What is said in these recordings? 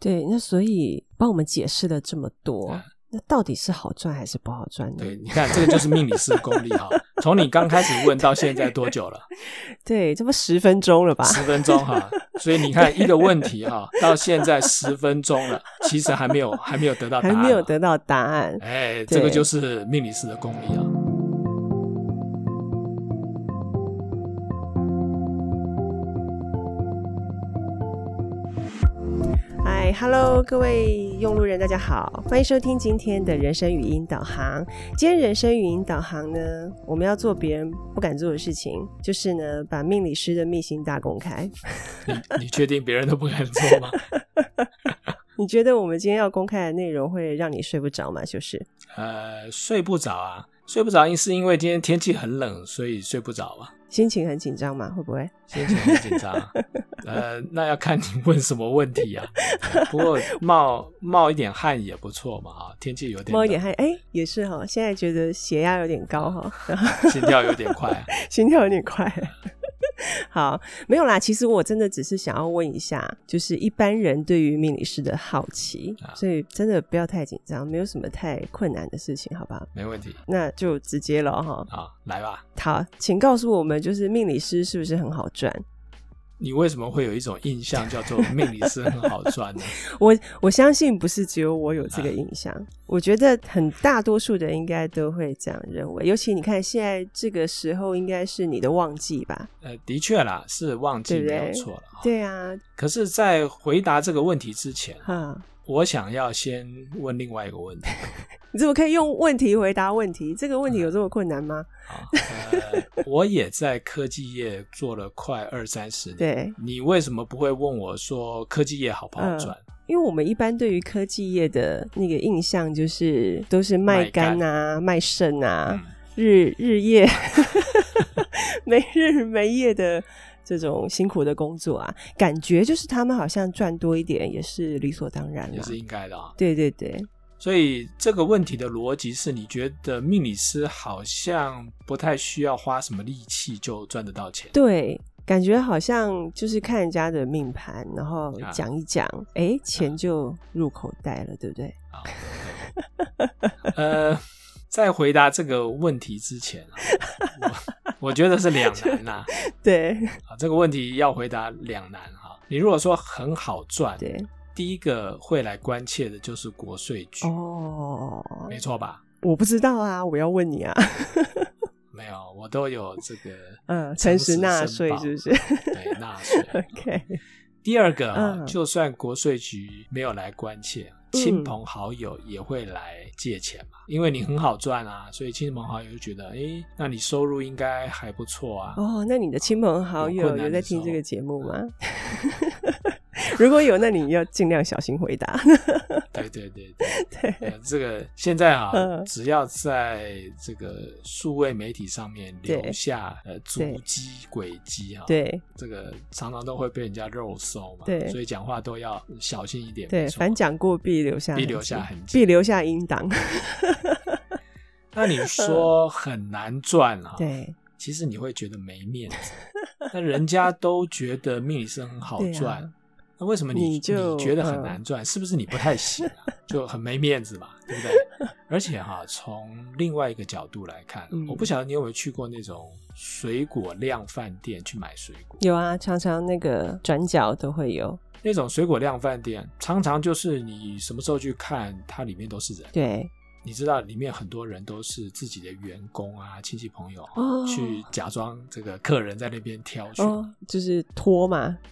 对，那所以帮我们解释了这么多啊，那到底是好赚还是不好赚呢？对，你看这个就是命理师的功力哈。从你刚开始问到现在多久了？对，这不十分钟了吧？十分钟哈。所以你看一个问题哈，到现在十分钟了，其实还没有还没有得到答还案，啊没有得到啊答案。哎，对这个就是命理师的功 力啊。嗨，Hello，各哎位用路人，大家好，欢迎收听今天的人生语音导航。今天人生语音导航呢，我们要做别人不敢做的事情，就是呢，把命理师的秘辛大公开。你确定别人都不敢做吗？你觉得我们今天要公开的内容会让你睡不着吗？就是呃，睡不着啊，睡不着是因为今天天气很冷，所以睡不着啊，心情很紧张嘛，会不会？心情很紧 张啊。呃，那要看你问什么问题啊。不过冒冒一点汗也不错嘛啊，天气有点冒一点冷汗，哎、也是哈。现在觉得血压有点高哈，然后心跳有点快啊、心跳有点快。 好，没有啦。其实我真的只是想要问一下，就是一般人对于命理师的好奇，啊所以真的不要太紧张，没有什么太困难的事情，好不好？没问题那就直接了哈。啊，来吧。好，请告诉我们，就是命理师是不是很好赚？你为什么会有一种印象叫做命理师很好赚呢？我我相信不是只有我有这个印象，我觉得很大多数的人应该都会这样认为。尤其你看现在这个时候，应该是你的旺季吧？呃，的确啦，是忘记对不对没有错了啊。对啊，可是，在回答这个问题之前，哈，我想要先问另外一个问题。你怎么可以用问题回答问题？这个问题有这么困难吗？啊，呃，我也在科技业做了快二三十年。对，你为什么不会问我说科技业好不嗯好赚？因为我们一般对于科技业的那个印象就是都是卖肝啊、卖肾啊、日日夜 没日没夜的这种辛苦的工作啊，感觉就是他们好像赚多一点也是理所当然也啦。是应该的啊。对对对，所以这个问题的逻辑是，你觉得命理师好像不太需要花什么力气就赚得到钱。对，感觉好像就是看人家的命盘，然后啊讲一讲，哎、钱就入口袋了，对不对？呃，在回答这个问题之前啊、我我觉得是两难呐、对啊，这个问题要回答两难哈、你如果说很好赚，对，第一个会来关切的就是国税局，哦，没错吧？我不知道啊，我要问你 啊，没有，我都有这个嗯，诚诚实实纳申税报是不是对纳税。 ？OK，第二个啊、嗯就算国税局没有来关切，嗯亲朋好友也会来借钱嘛，因为你很好赚啊，所以亲朋好友就觉得，诶，那你收入应该还不错啊。哦，那你的亲朋好有友困难有的在时听这候个节目吗？ 如果有，那你要尽量小心回答。 对对对对。对，呃，这个现在啊，嗯只要在这个数位媒体上面留对下呃足对迹轨迹啊，，对这个常常都会被人家肉搜嘛，对所以讲话都要小心一点，对没，错反。讲 过必留下必痕留迹下痕迹必留下阴 档。那你说很难赚啊，对其实你会觉得没面子，那人家都觉得命理师很好对啊赚。那为什么你你就觉得很嗯难赚？是不是你不太行啊？就很没面子嘛，对不对？而且哈、从另外一个角度来看，嗯我不晓得你有没有去过那种水果量贩店去买水果。有啊，常常那个转角都会有。那种水果量贩店，常常就是你什么时候去看，它里面都是人。对，你知道里面很多人都是自己的员工啊、亲戚朋友啊、哦去假装这个客人在那边挑选。哦，就是拖嘛。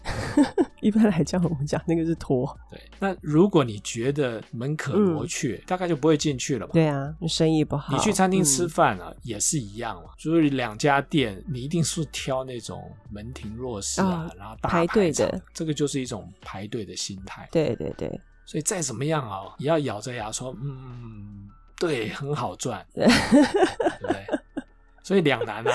一般来讲，我们讲那个是拖。对，那如果你觉得门可罗雀，大概就不会进去了嗯吧？对啊，生意不好。你去餐厅嗯吃饭啊，也是一样嘛。所以两家店，你一定是挑那种门庭若市啊，哦然后大排队场的，这个就是一种排队的心态。对对 对，所以再怎么样啊，也要咬着牙说，嗯，对，很好赚，对对不对？所以 两难啊。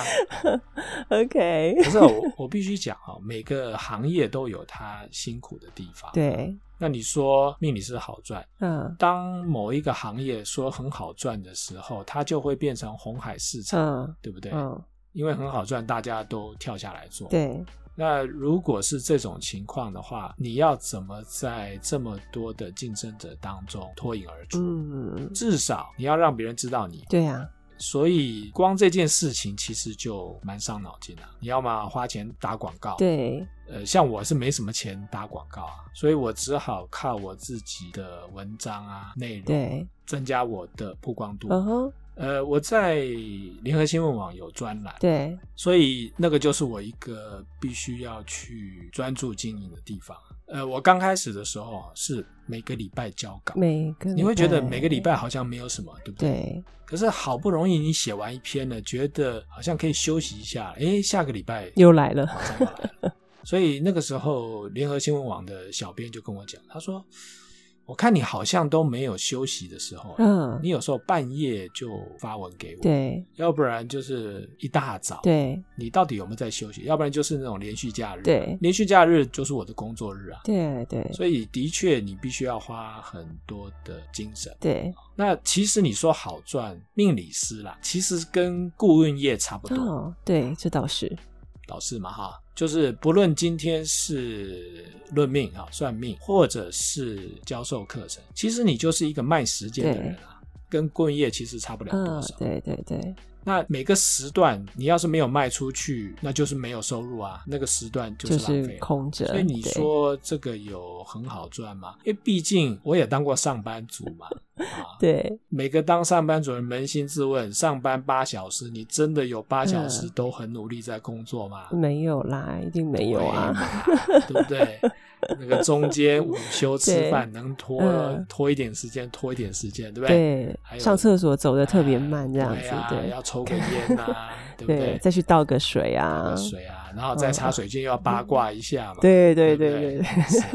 ，OK，可是我我必须讲啊，每个行业都有它辛苦的地方。，对，那你说命理师好赚，嗯当某一个行业说很好赚的时候，它就会变成红海市场，嗯对不对？嗯，因为很好赚，大家都跳下来做。。对，那如果是这种情况的话，你要怎么在这么多的竞争者当中脱颖而出？嗯，至少你要让别人知道你。对啊，所以光这件事情其实就蛮伤脑筋的、你要么花钱打广告，，对，呃，像我是没什么钱打广告啊，所以我只好靠我自己的文章啊内容对，增加我的曝光度。嗯哼，呃，我在联合新闻网有专栏，对，所以那个就是我一个必须要去专注经营的地方。呃，我刚开始的时候啊是每个礼拜交稿，每个你会觉得礼拜每个礼拜好像没有什么，对不对？对可是好不容易你写完一篇了，觉得好像可以休息一下，诶，下个礼拜又来了，马上要来了。所以那个时候，联合新闻网的小编就跟我讲，他说：“我看你好像都没有休息的时候，嗯，你有时候半夜就发文给我，对要不然就是一大早，对你到底有没有在休息？要不然就是那种连续假日，啊对连续假日就是我的工作日啊。对对所以的确，你必须要花很多的精神。对，那其实你说好赚，命理师啦，其实跟顾问业差不多，哦，对，这倒是，老师嘛哈，就是不论今天是论命啊、算命，或者是教授课程，其实你就是一个卖时间的人啊，跟顾问业其实差不了嗯多少，。对对对那每个时段你要是没有卖出去，那就是没有收入啊，那个时段就就是浪是费了。空着，所以你对说这个有很好赚吗？因为毕竟我也当过上班族嘛，啊，对每个当上班族人扪心自问，上班八小时，你真的有八小时嗯都很努力在工作吗？没有啦，一定没有啊，对嘛， 对不对？那个中间午休吃对饭能拖嗯拖一点时间，拖一点时间，对不对？对还，有上厕所走的特别慢，这样对子，啊对要抽个 烟啊，对不对，对？再去倒个水喝啊个，水啊，然后再茶水间又要八卦一下嘛，对对不对对对，是啊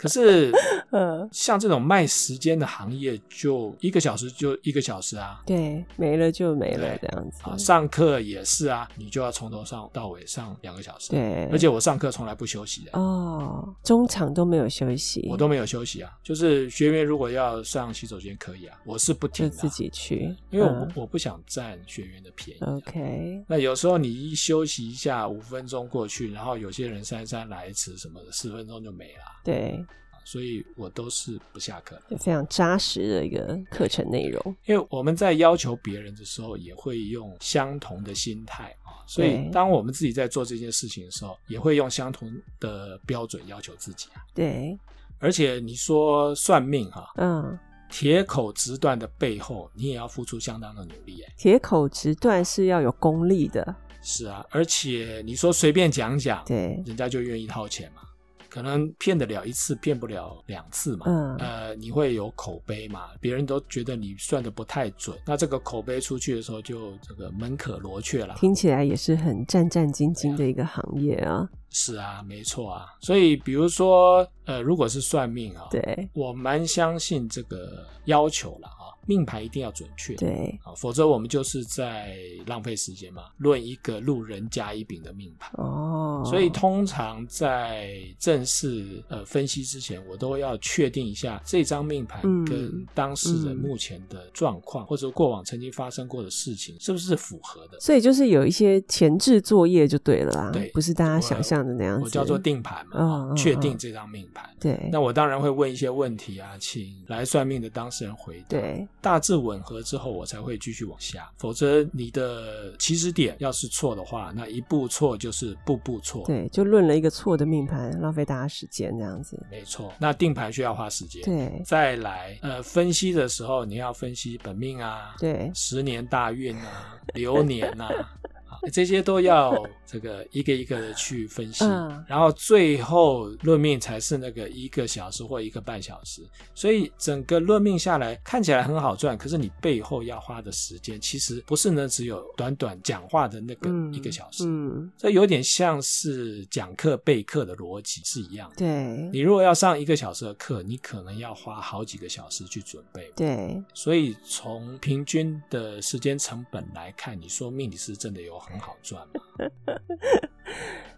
可是 嗯，像这种卖时间的行业，就一个小时就一个小时啊。对，没了就没了对这样子，啊，上课也是啊，你就要从头上到尾上两个小时，对，而且我上课从来不休息的，哦，中场都没有休息，我都没有休息啊。就是学员如果要上洗手间可以啊，我是不就停的啊、自己去，因为我、嗯我不想占学员的便宜啊、 OK，那有时候你一休息一下，五分钟过去，然后有些人姗姗来迟什么的，十分钟就没了啊，对，所以我都是不下课的。就非常扎实的一个课程内容，因为我们在要求别人的时候，也会用相同的心态啊，所以对当我们自己在做这件事情的时候，也会用相同的标准要求自己啊。对，而且你说算命哈、嗯，铁口直断的背后，你也要付出相当的努力哎。铁口直断是要有功力的，是啊，而且你说随便讲讲，对，人家就愿意掏钱嘛。可能骗得了一次，骗不了两次嘛。嗯呃，你会有口碑嘛？别人都觉得你算的不太准，那这个口碑出去的时候，就这个门可罗雀了。听起来也是很战战兢兢的一个行业啊，是啊，没错啊。所以，比如说，呃，如果是算命啊，对我蛮相信这个要求了啊，命盘一定要准确。对，啊，否则我们就是在浪费时间嘛。论一个路人甲乙丙的命盘，哦，所以通常在正式呃分析之前，我都要确定一下这张命盘嗯跟当事人嗯目前的状况、或者过往曾经发生过的事情是不是符合的。所以就是有一些前置作业就对了啦对，不是大家我想象的那样我子，叫做定盘嘛，嗯啊嗯确嗯定这张命盘。对那我当然会问一些问题啊，请来算命的当事人回答。对大致吻合之后，我才会继续往下。否则你的起始点要是错的话，那一步错就是步步错。，对，就论了一个错的命盘，浪费大家时间这样子，没错。那定盘需要花时间。对再来，呃，分析的时候你要分析本命啊，对十年大运 啊，流年啊。啊这些都要这个一个一个的去分析，嗯然后最后论命才是那个一个小时或一个半小时，所以整个论命下来看起来很好赚，可是你背后要花的时间其实不是呢只有短短讲话的那个嗯一个小时，嗯这有点像是讲课备课的逻辑是一样的。对你如果要上一个小时的课，你可能要花好几个小时去准备。对所以从平均的时间成本来看，你说命理师真的有很很好赚嘛。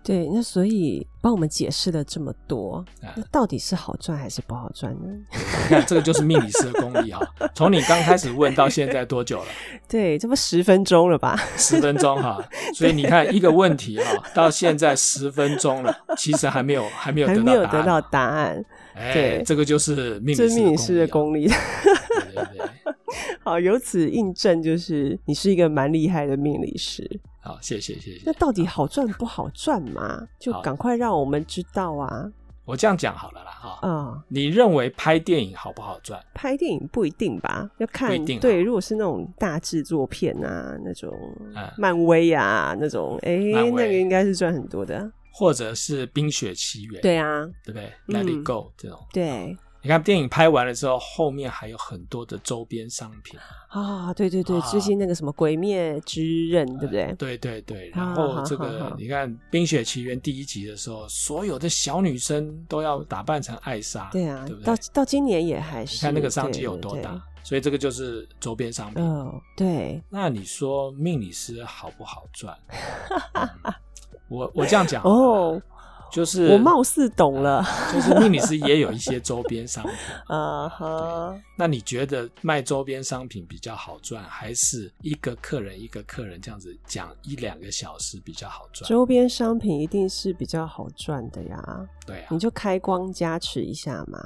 对，那所以帮我们解释了这么多，啊那到底是好赚还是不好赚呢？ 你看，这个就是命理师的功力哈。从你刚开始问到现在多久了？对，这不十分钟了吧？十分钟哈。所以你看，一个问题哈，到现在十分钟了，其实还没有还没有还得没有到答得案。到答案，哎对，这个就是命这理是命理师师的的功力力。啊。对对对。 好，由此印证，就是你是一个蛮厉害的命理师。好，谢谢谢谢那。到底好赚不好赚嘛？就好赶快让我们知道啊！我这样讲好了啦哈。啊、你认为拍电影好不好赚？拍电影不一定吧，要不看一定啊对，如果是那种大制作片啊，那种啊漫威啊那种，哎、漫那威个应该是赚很多的啊。或者是《冰雪奇缘》对啊，对不对嗯？Let it go 这种。对你看电影拍完了之后，后面还有很多的周边商品。啊，对对对，啊最近那个什么《鬼灭之刃》，对不对？对对啊对，然后这好好个好你看《冰雪奇缘》第一集的时候，所有的小女生都要打扮成艾莎，对啊，对不到对？到今年也还是你看那个商机对有对多对大，所以这个就是周边商品。嗯，对，那你说命理师好不好赚？嗯我我这样讲哦，啊就是我貌似懂了，就是命理师也有一些周边商品。 啊哈，那你觉得卖周边商品比较好赚，还是一个客人一个客人这样子讲一两个小时比较好赚？周边商品一定是比较好赚的呀，对啊你，就开光加持一下嘛。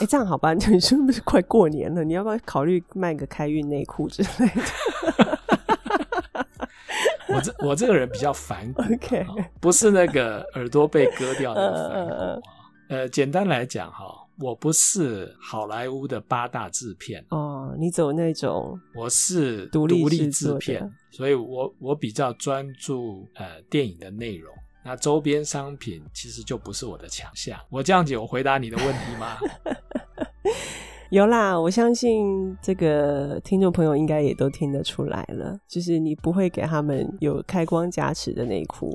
哎、这样好吧？ 你是不是快过年了？你要不要考虑卖个开运内裤之类的？我这我这个人比较 反骨啊 OK 不是那个耳朵被割掉那 嗯个嗯反骨啊。呃，简单来讲哈，我不是好莱坞的八大制片，哦，你走那种我是独立独立制作制的片，所以我我比较专注呃电影的内容。那周边商品其实就不是我的强项。我这样子有回答你的问题 吗？有啦，我相信这个听众朋友应该也都听得出来了，就是你不会给他们有开光加持的内裤，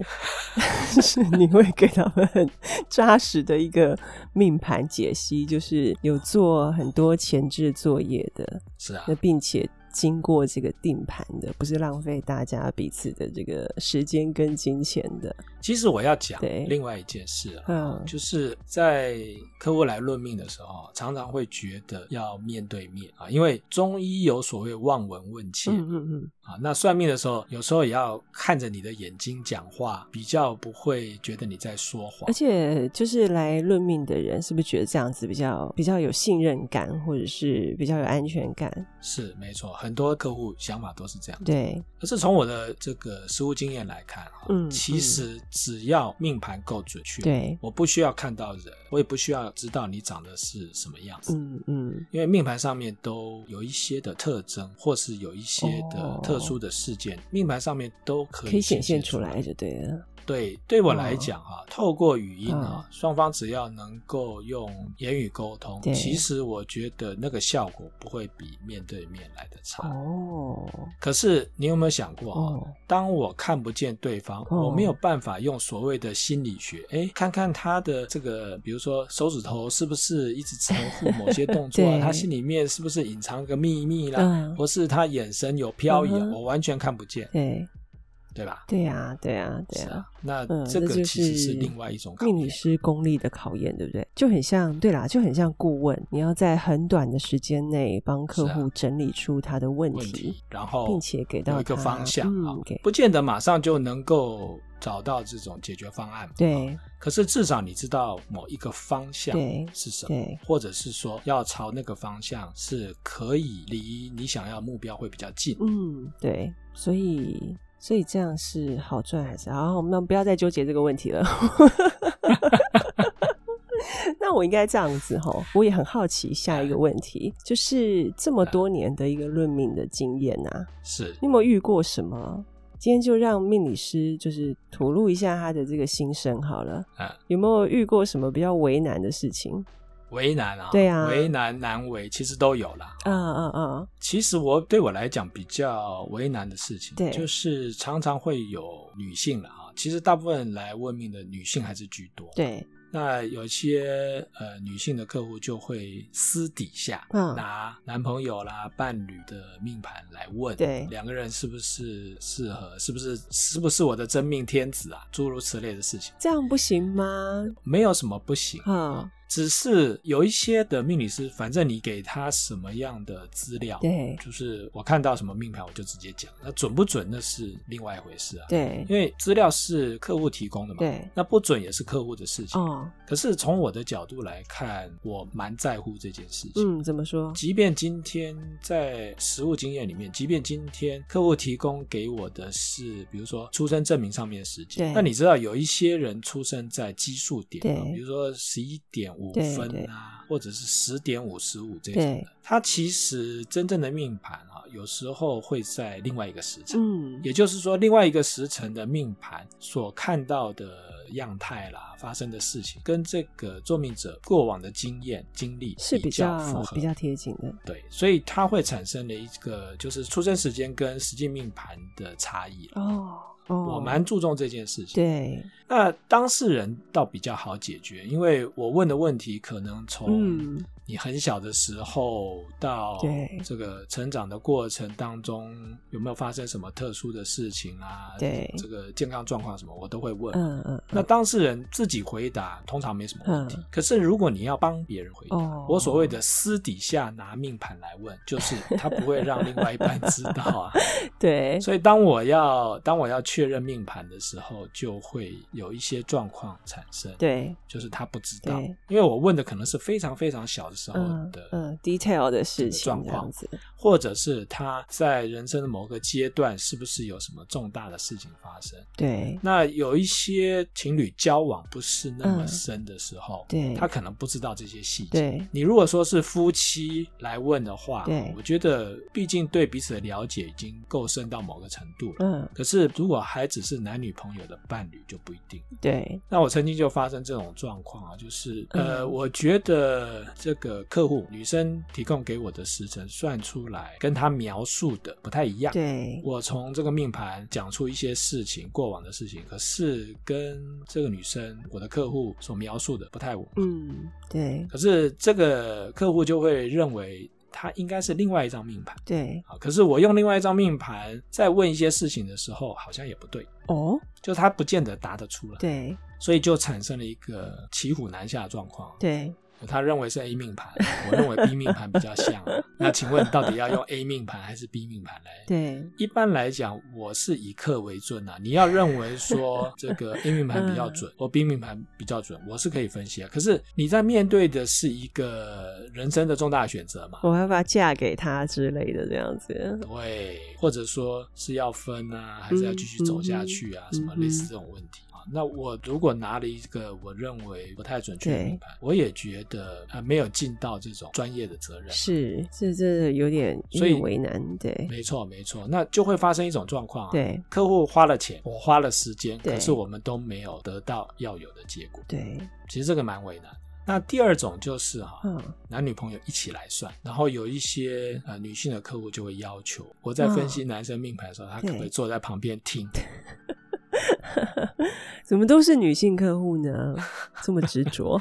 是你会给他们很扎实的一个命盘解析，就是有做很多前置作业的，是啊那，并且经过这个定盘的，不是浪费大家彼此的这个时间跟金钱的。其实我要讲对另外一件事啊，嗯，就是在客户来论命的时候，常常会觉得要面对面啊，因为中医有所谓望闻问切、嗯嗯嗯，啊。那算命的时候，有时候也要看着你的眼睛讲话，比较不会觉得你在说谎而。且就是来论命的人，是不是觉得这样子比较比较有信任感，或者是比较有安全感？是没错，很多客户想法都是这样。对，可是从我的这个实务经验来看啊，嗯其实只要命盘够准确，对我不需要看到人，我也不需要知道你长得是什么样子。嗯嗯，因为命盘上面都有一些的特征，或是有一些的哦特殊的事件，命盘上面都可以可以显现现出来。就哦对了。对，对我来讲啊，透过语音嗯啊，双方只要能够用言语沟通对，其实我觉得那个效果不会比面对面来的差。哦可是你有没有想过啊？哦，当我看不见对方，哦我没有办法用所谓的心理学，哎，看看他的这个，比如说手指头是不是一直重复某些动作啊？ 对他心里面是不是隐藏个秘密啦？嗯，或是他眼神有飘移啊嗯哼我完全看不见，对对吧？对呀，对呀，对是呀。啊，那嗯，这那个就其实是是另外一种考命理验。师功力的考验，对不对？就很像，对啦，就很像顾问，你要在很短的时间内帮客是户啊整理出他的问问题，题，然后并且给到有一个他方向啊嗯，给，不见得马上就能够找到这种解决方案。啊对可是至少你知道某一个方向对是什么，对或者是说要朝那个方向是可以离你想要目标会比较近。嗯，对，所以所以这样是好赚还是？然后我们不要再纠结这个问题了。 那我应该这样子吼，我也很好奇下哎一个问题，就是这么多年的一个论命的经验啊，是你有没有遇过什么？今天就让命理师就是吐露一下他的这个心声好了。啊有没有遇过什么比较为难的事情？为难啊，对啊为难难为其实都有啦。啊啊啊！其实我对我来讲比较为难的事情对，就是常常会有女性了啊。其实大部分来问命的女性还是居多。对，那有一些呃女性的客户就会私底下嗯拿男朋友啦、伴侣的命盘来问，对两个人是不是适合，是不是是不是我的真命天子啊，诸如此类的事情，这样不行吗？没有什么不行。啊，只是有一些的命理师，反正你给他什么样的资料，对就是我看到什么命盘我就直接讲，那准不准那是另外一回事啊。对因为资料是客户提供的嘛，对，那不准也是客户的事情。哦，可是从我的角度来看，我蛮在乎这件事情。嗯，怎么说？即便今天在实务经验里面，即便今天客户提供给我的是，比如说出生证明上面的时间对，那你知道有一些人出生在奇数点嘛，对比如说十一点五对分对啊，或者是十点五十五这种对的，它其实真正的命盘啊，有时候会在另外一个时辰。嗯，也就是说，另外一个时辰的命盘所看到的样态啦，发生的事情，跟这个作命者过往的经验、经历是比较符合，比较贴近的。对，所以它会产生了一个就是出生时间跟实际命盘的差异了。哦哦，我蛮注重这件事情。对，那当事人倒比较好解决，因为我问的问题可能从嗯，你很小的时候到对这个成长的过程当中，有没有发生什么特殊的事情啊？对这个健康状况什么，我都会问。嗯嗯，那当事人自己回答通常没什么问题，嗯可是如果你要帮别人回答，哦我所谓的私底下拿命盘来问，就是他不会让另外一半知道啊。 对，所以当我要当我要确认命盘的时候，就会有一些状况产生。对就是他不知道对，因为我问的可能是非常非常小的时候嗯的，嗯，detail 的事这个情状这况样子，或者是他在人生的某个阶段是不是有什么重大的事情发生？对那有一些情侣交往不是那么深的时候，嗯对他可能不知道这些细节。对你如果说是夫妻来问的话对，我觉得毕竟对彼此的了解已经够深到某个程度了。嗯可是如果还只是男女朋友的伴侣就不一定。对那我曾经就发生这种状况啊，就是呃，嗯我觉得这个客户女生提供给我的时辰算出来跟她描述的不太一样。对我从这个命盘讲出一些事情，过往的事情，可是跟这个女生我的客户所描述的不太吻合。嗯对可是这个客户就会认为她应该是另外一张命盘对啊，可是我用另外一张命盘在问一些事情的时候，好像也不对，哦就她不见得答得出来。对所以就产生了一个骑虎难下的状况。对他认为是 A 命盘，我认为 B 命盘比较像。啊那请问到底要用 A 命盘还是 B 命盘来？对一般来讲，我是以客为尊啊。你要认为说这个 A 命盘比嗯较准，或 B 命盘比较准，我是可以分析啊。可是你在面对的是一个人生的重大选择嘛？我要不要嫁给他之类的这样子？对，或者说是要分啊，还是要继续走下去啊，嗯什么类似这种问题啊。那我如果拿了一个我认为不太准确的对命盘，我也觉得啊、呃没有尽到这种专业的责任。是，这这有点有所以点为难，对没错，没错，那就会发生一种状况、啊，，对客户花了钱，我花了时间，对可是我们都没有得到要有的结果，对，其实这个蛮为难。那第二种就是哈、嗯男女朋友一起来算，然后有一些呃女性的客户就会要求我在分析男生命盘的时候，他可不可以嗯对坐在旁 边听？怎么都是女性客户呢？这么执 着？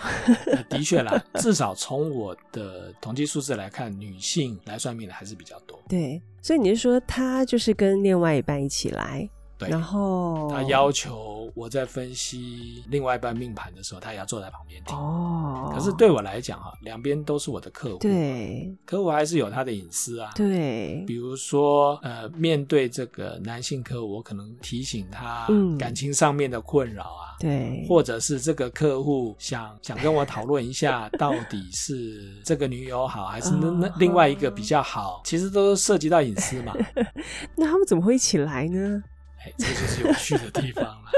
呃的确啦，至少从我的统计数字来看，女性来算命的还是比较多。对，所以你是说他就是跟另外一半一起来，对，然后他要求我在分析另外一半命盘的时候，他也要坐在旁边听。哦，可是对我来讲哈，两边都是我的客户，，对客户还是有他的隐私啊。对比如说，呃，面对这个男性客户，我可能提醒他嗯感情上面的困扰啊，对，或者是这个客户想想跟我讨论 一下，到底是这个女友好还是那那啊另外一个比较好，其实都涉及到隐私 嘛。那他们怎么会一起来呢？哎，这就是有趣的地方了。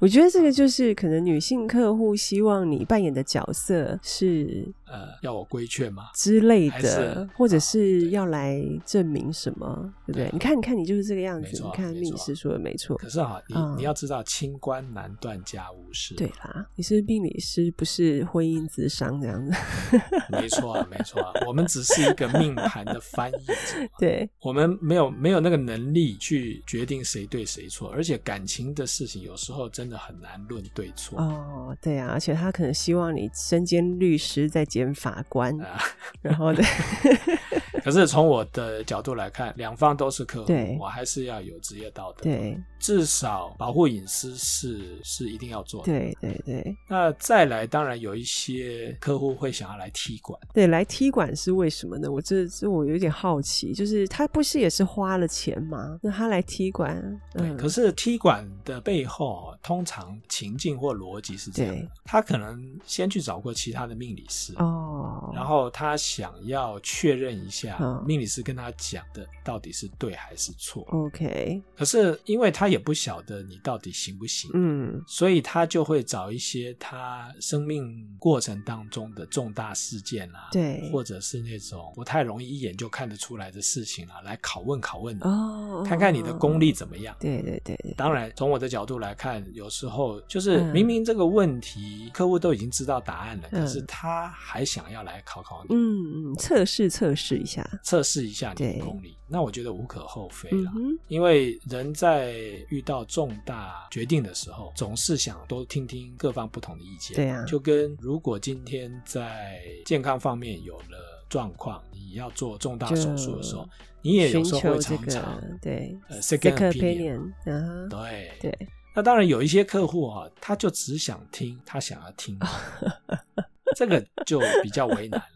我觉得这个就是可能女性客户希望你扮演的角色是呃，要我规劝吗？之类还是的，或者啊是对要来证明什么，对不对对？你看，你看，你就是这个样没子。错你看，没密错室说的没错，可是哈，你嗯你要知道，清官难断家务事。对，啦。你是命理师，不是婚姻咨商这样子， 没错，啊没错，我们只是一个命盘的翻译者。对我们没有没有那个能力去决定谁对谁错，而且感情的事情，有时候真的很难论对错。哦，对啊，而且他可能希望你身兼律师，再兼法官，啊然后对，可是从我的角度来看，两方都是客户对，我还是要有职业道 德，对，至少保护隐私是是一定要做的。对，对，对，那再来，当然有一些客户会想要来踢馆，对，来踢馆是为什么呢？我这这我有点好奇，就是他不是也是花了钱吗？那他来踢馆，对。嗯，可是踢馆的背后哦，通常情境或逻辑是这样对的：他可能先去找过其他的命理师，哦，然后他想要确认一下嗯哦命理师跟他讲的到底是对还是错。 OK，可是因为他也不晓得你到底行不行，嗯，所以他就会找一些他生命过程当中的重大事件啊，对，或者是那种不太容易一眼就看得出来的事情啊，来拷问拷问你，啊哦，看看你的功力怎么样。对，对对对，当然，从我的角度来看，有时候就是嗯明明这个问题客户都已经知道答案了，嗯可是他还想要来考考你，嗯嗯，测试测试一下，测试一下你对的功力。那我觉得无可厚非啊嗯啦，哼，因为人在遇到重大决定的时候，总是想多听听各方不同的意见。对啊就跟如果今天在健康方面有了状况，你要做重大手术的时候就，你也寻有时候求会这常常、个对呃 second opinion。嗯哼，对，对，那当然有一些客户啊，他就只想听他想要 听的，这个就比较为难了。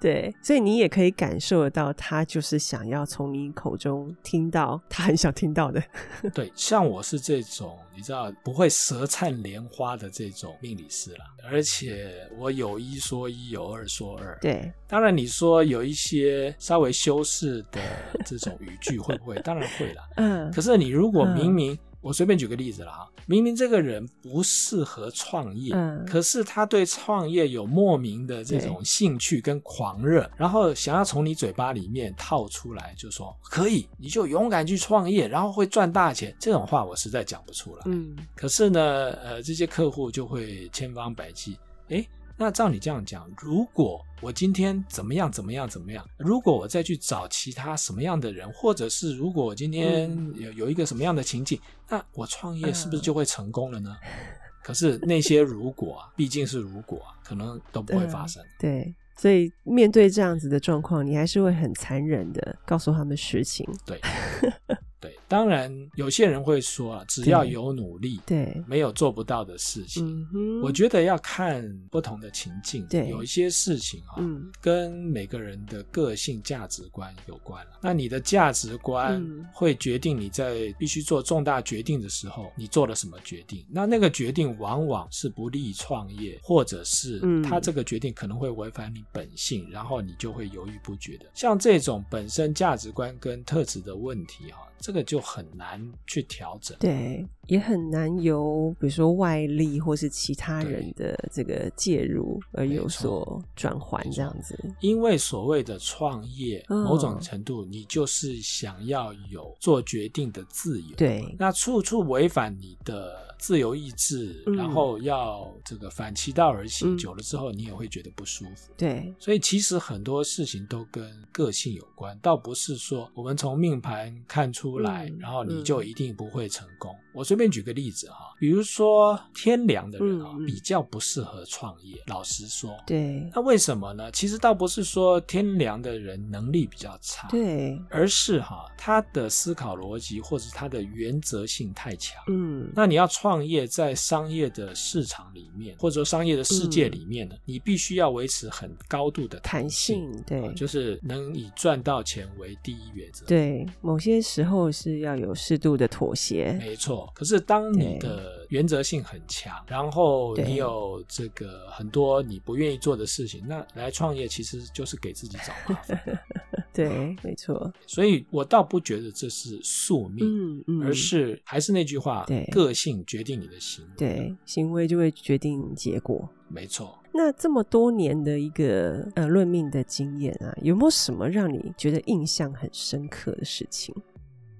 对，所以你也可以感受得到，他就是想要从你口中听到他很想听到的。 对，像我是这种你知道不会舌灿莲花的这种命理师啦，而且我有一说一，有二说二。对，当然，你说有一些稍微修饰的这种语句会不会？当然会啦。嗯可是你如果嗯明明、我随便举个例子了哈，明明这个人不适合创业，嗯可是他对创业有莫名的这种兴趣跟狂热，然后想要从你嘴巴里面套出来，就说可以，你就勇敢去创业，然后会赚大钱。这种话我实在讲不出来。嗯，可是呢，呃，这些客户就会千方百计，诶，那照你这样讲，如果我今天怎么样怎么样怎么样，如果我再去找其他什么样的人，或者是如果我今天嗯有有一个什么样的情景，那我创业是不是嗯就会成功了呢？可是那些如果啊，毕竟是如果啊，可能都不会发生。对。所以面对这样子的状况，你还是会很残忍的告诉他们实情。对，对，当然有些人会说啊，只要对有努力，对，没有做不到的事情。嗯哼，我觉得要看不同的情境，对有一些事情啊、嗯跟每个人的个性价值观有关了。那你的价值观嗯会决定你在必须做重大决定的时候，你做了什么决定。那那个决定往往是不利于创业，或者是嗯他这个决定可能会违反你本性，然后你就会犹豫不决的。像这种本身价值观跟特质的问题哈、这个就很难去调整。对，也很难由比如说外力或是其他对人的这个介入而有没错所转换没这错样子。因为所谓的创业，嗯某种程度你就是想要有做决定的自由。，对，那处处违反你的自由意志，嗯然后要这个反其道而行，嗯久了之后你也会觉得不舒服。对，所以其实很多事情都跟个性有关，倒不是说我们从命盘看出来，嗯然后你嗯就一定不会成功。我随便举个例子哈，比如说天良的人啊，嗯嗯比较不适合创业。老实说，对，那为什么呢？其实倒不是说天良的人能力比较差，对，而是哈他的思考逻辑或者他的原则性太强。嗯，那你要创业，在商业的市场里面，或者说商业的世界里面呢，你必须要维持很高度的嗯弹性，性，对，啊就是能以赚到钱为第一原则。，对，某些时候是要有适度的妥协。没错。可是当你对的原则性很强，然后对你有这个很多你不愿意做的事情，那来创业其实就是给自己找麻烦。对，没错。所以我倒不觉得这是宿命，嗯嗯，而是还是那句话，对个性决定你的行为。，对行为就会决定结果。没错。那这么多年的一个呃论命的经验啊，有没有什么让你觉得印象很深刻的事情？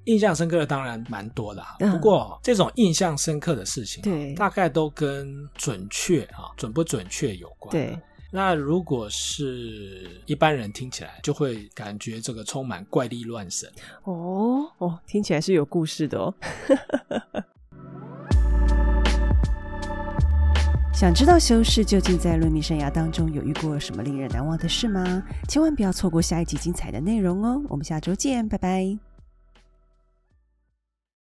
印象深刻的当然蛮多的哈、嗯不过这种印象深刻的事情、啊对大概都跟准确啊、准不准确有关。啊对，那如果是一般人听起来，就会感觉这个充满怪力乱神。哦哦，听起来是有故事的哦。 想知道修士究竟在论命生涯当中有遇过什么令人难忘的事吗？千万不要错过下一集精彩的内容哦！我们下周见，拜拜。